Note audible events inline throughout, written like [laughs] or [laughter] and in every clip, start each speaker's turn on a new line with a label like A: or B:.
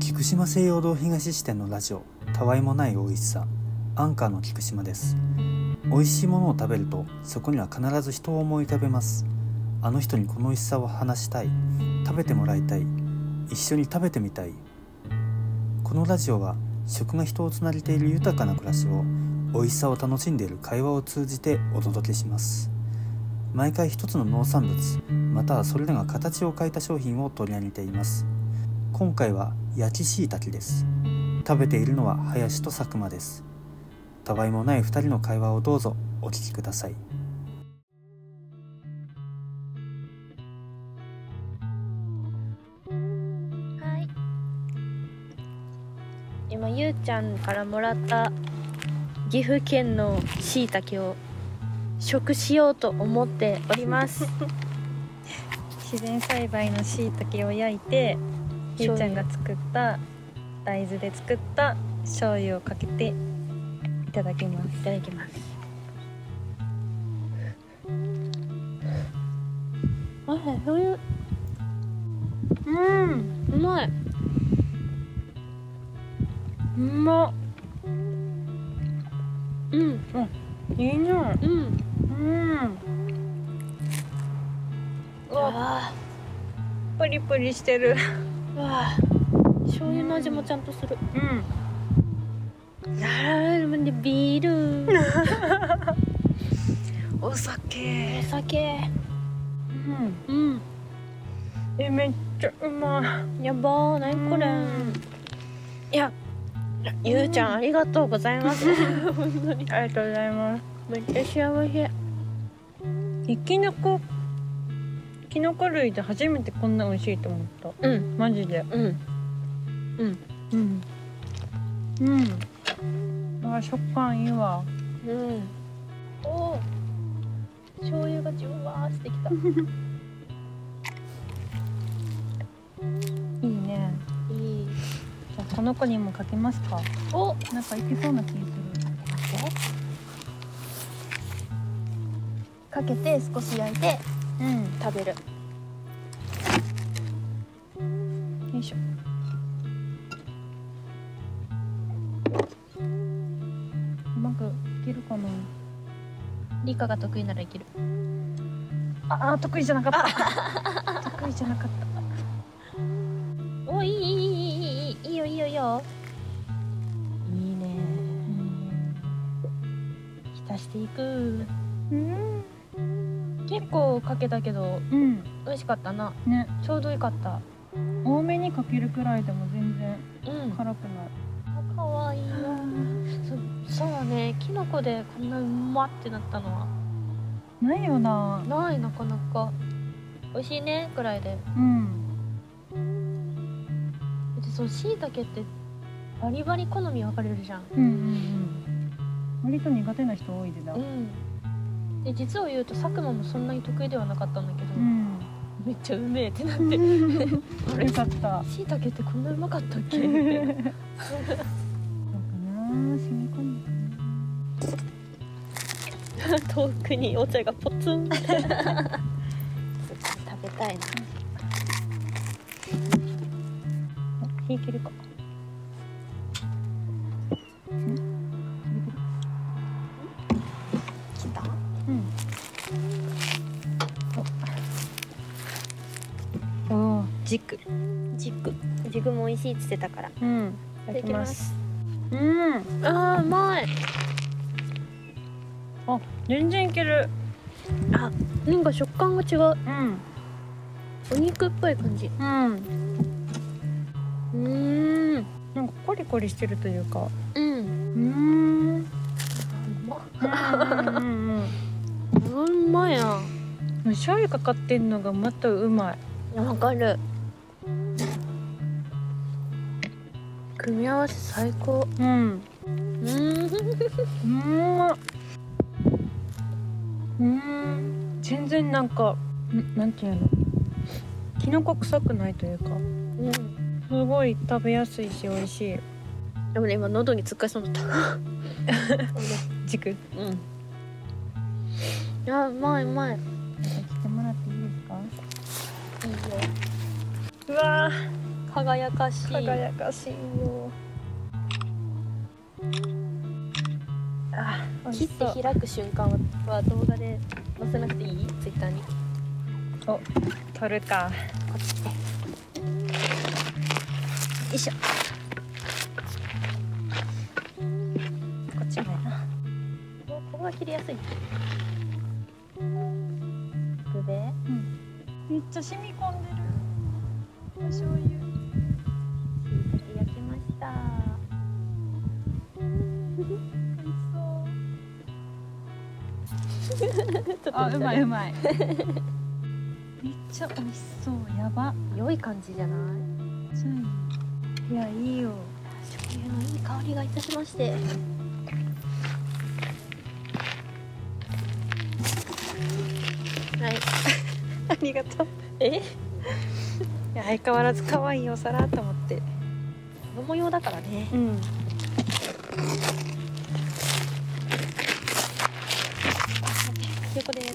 A: 菊島西洋堂東支店のラジオたわいもない美味しさアンカーの菊島です美味しいものを食べるとそこには必ず人を思い浮かべますあの人にこの美味しさを話したい食べてもらいたい一緒に食べてみたいこのラジオは食が人をつなげている豊かな暮らしを美味しさを楽しんでいる会話を通じてお届けします毎回一つの農産物またはそれらが形を変えた商品を取り上げています今回は焼き椎茸です食べているのは林と佐久間ですたわいもない二人の会話をどうぞお聞きください
B: はい。今ゆうちゃんからもらった岐阜県の椎茸を食しようと思っており [laughs] ます。
C: 自然栽培のしいたけを焼いてゆうちゃんが作った大豆で作った醤油をかけていただきます
B: いただきます。あれ、そういう。うん、うまい。うまっ。うん、
C: いいな
B: うん。
C: うんうわ
B: あ
C: プリプリしてる
B: あ、わあ。醤油の味もちゃんとする。
C: うん
B: ラーメンでビール。
C: お酒
B: お酒。
C: うん
B: うん。
C: えめっちゃうま
B: やばー、なにこれ。いや。ゆうちゃん、ありがとうございます。本当に。
C: いありがとうございます
B: めっちゃ幸せ。
C: えきのこきのこ類で初めてこんな美味しいと思った
B: うん、
C: マジで
B: うん。
C: うんうんあ食感いいわ
B: うん。おー。醤油がじゅわーしてきた。
C: いいね
B: いい。
C: じゃあこの子にもかけますか
B: お、
C: なんかいけそうな気がする
B: かけて少し焼いて
C: う
B: 食べる。
C: んよいしょうまくいけるかな
B: 理科が得意ならいける。
C: ああ得意じゃなかった得意じゃなかった
B: お、いいいいいいいいいいいよいいよいいよ。いいね。浸していく。
C: うん
B: 結構かけたけど
C: うん
B: 美味しかったな。
C: ね
B: ちょうどよかった。
C: 多めにかけるくらいでも全然
B: うん。
C: 辛くない
B: かわいいわそそうだねキノコでこんなうまってなったのは
C: ないよな
B: ないなかなか美味しいねくらいで
C: うん
B: でそうしいたけってバリバリ好み分かれるじゃん
C: うんうんうん割と苦手な人多いでな
B: うんで実を言うと佐久間もそんなに得意ではなかったんだけど、
C: うん
B: めっちゃうめえってなっ [laughs] てあれ
C: よかった
B: しいたけってこんなうまかったっけみたいな
C: そうかな染み込んだか
B: 遠くにお茶がポツン [laughs] 食べたいな
C: な火いけるか
B: 来た
C: うんおお軸
B: 軸軸も美味しいって言ってたから
C: うんいただきますうん
B: あーうまい
C: 全然いける
B: なんか食感が違う
C: うん
B: お肉っぽい感じ
C: うん
B: うーん
C: なんかコリコリしてるというか
B: うん
C: うん
B: う
C: うん
B: ま
C: うんうん
B: うまいな
C: [laughs] 醤油かかってんのがまたうまい
B: わかる組み合わせ最高
C: うん
B: うーん
C: うんまっうん全然なんかんなんていうのきのこ臭くないというか
B: うん
C: すごい食べやすいし美味しい
B: でもね今喉に突っかえ [laughs] そうになった
C: 軸
B: うんあーうまいうまいいいよ
C: 来てもらっていいですかうわー
B: 輝かしい
C: 輝かしいよあ美味
B: 切っ
C: しそう
B: て開く瞬間は動画で載せなくていいツイッターにこ
C: 取るか
B: っち来てよいしょ
C: こっちもやな
B: ここが切りやすいグベ
C: めっちゃ染み込んでるお醤油
B: 焼きました
C: 美味しそう
B: ちょっと
C: あ
B: おし
C: う
B: ゃれ
C: まいうまいめっちゃ美味しそうやば
B: 良い感じじゃない
C: いやいいよ
B: 醤油のいい香りがいたしま [laughs] してはい
C: ありがとう
B: え
C: いや相変わらず可愛いお皿と思って
B: 子供用だからね
C: うん
B: 横です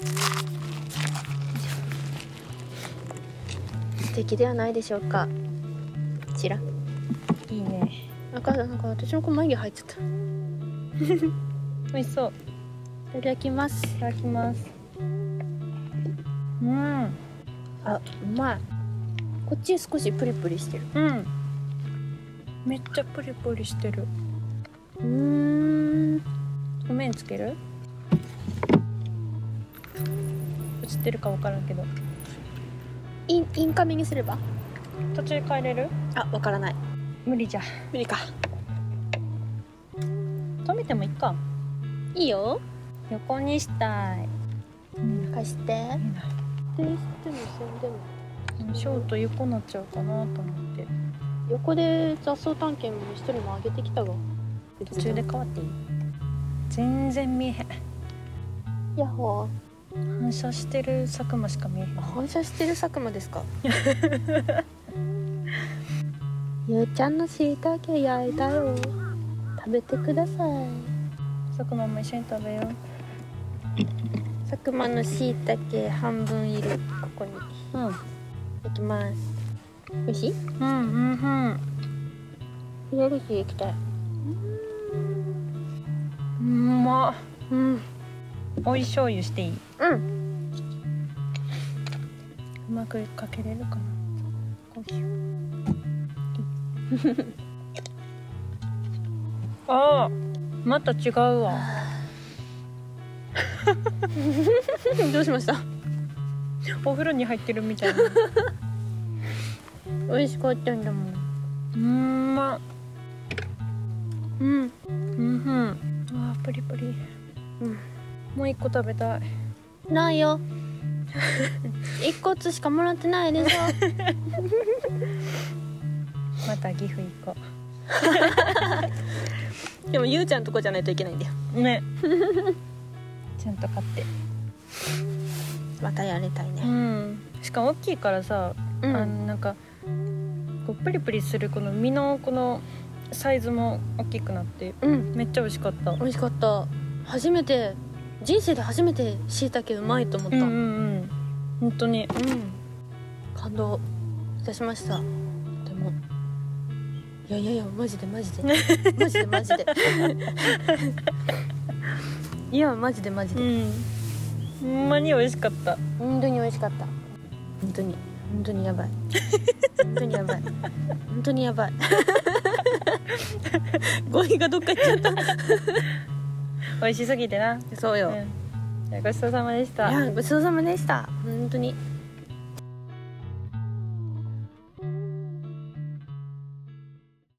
B: 素敵ではないでしょうかちら
C: いいね
B: なんかなんか私の子眉毛入っちゃったい
C: 美味しそう
B: ただきます
C: いただきますうん
B: あうまいこっち少しプリプリしてる
C: うんめっちゃプリプリしてる
B: うーん
C: お面つける映ってるか分からんけど
B: インインカメにすれば
C: 途中変えれる
B: あわからない
C: 無理じゃ
B: 無理か
C: 止めてもいいか
B: いいよ
C: 横にしたい、うん、
B: 貸してでもでも
C: ショート横になっちゃうかなと思って
B: 横で雑草探検も一人も上げてきたが
C: 途中で変わっていい全然見えへん
B: ヤッホ
C: 反射してる佐久間しか見えへん
B: ー反射してる佐久間ですかゆうちゃんのしいたけ焼いたよ食べてください
C: 佐久間も一緒に食べよ
B: 佐久間のしいたけ半分いるここに
C: う、うん、
B: いきます美味しい
C: うんうん
B: フィレルフィ行きたい
C: うんうまっ
B: うん
C: おい醤油していい
B: うん
C: うまくかけれるかなこうしようあーまた違うわ
B: [laughs] どうしました
C: お風呂に入ってるみたいな
B: 美味しかったんだもん
C: うんまっ
B: うん
C: うんうんわあプリプリ
B: うん
C: もう一個食べたい
B: ないよ一個ずつしかもらってないでしょ
C: また岐阜行こ
B: [laughs] でもゆうちゃんとこじゃないといけないんだよ
C: うね [laughs] ちゃんと買って
B: またやりたいね
C: んしかも大きいからさ、
B: う
C: あのなんかこうプリプリするこの身のこのサイズも大きくなって
B: うん
C: めっちゃ美味しかった
B: 美味しかった初めて人生で初めてしいたけうまいと思った
C: うんう
B: うん、
C: んうん本当に
B: 感動いたしましたでもいやいやいやマジでマジ [laughs] でマジでマジで [laughs] いやマジでマジで、
C: んほんまに美味しかった
B: 本当に美味しかった本当に本当にやばい [laughs] 本当にやばい本当にやばい [laughs] 語彙がどっか行っちゃった
C: 美味しすぎてな
B: そうよ、
C: うんじゃあごちそうさまでした
B: いやごちそうさまでした本当に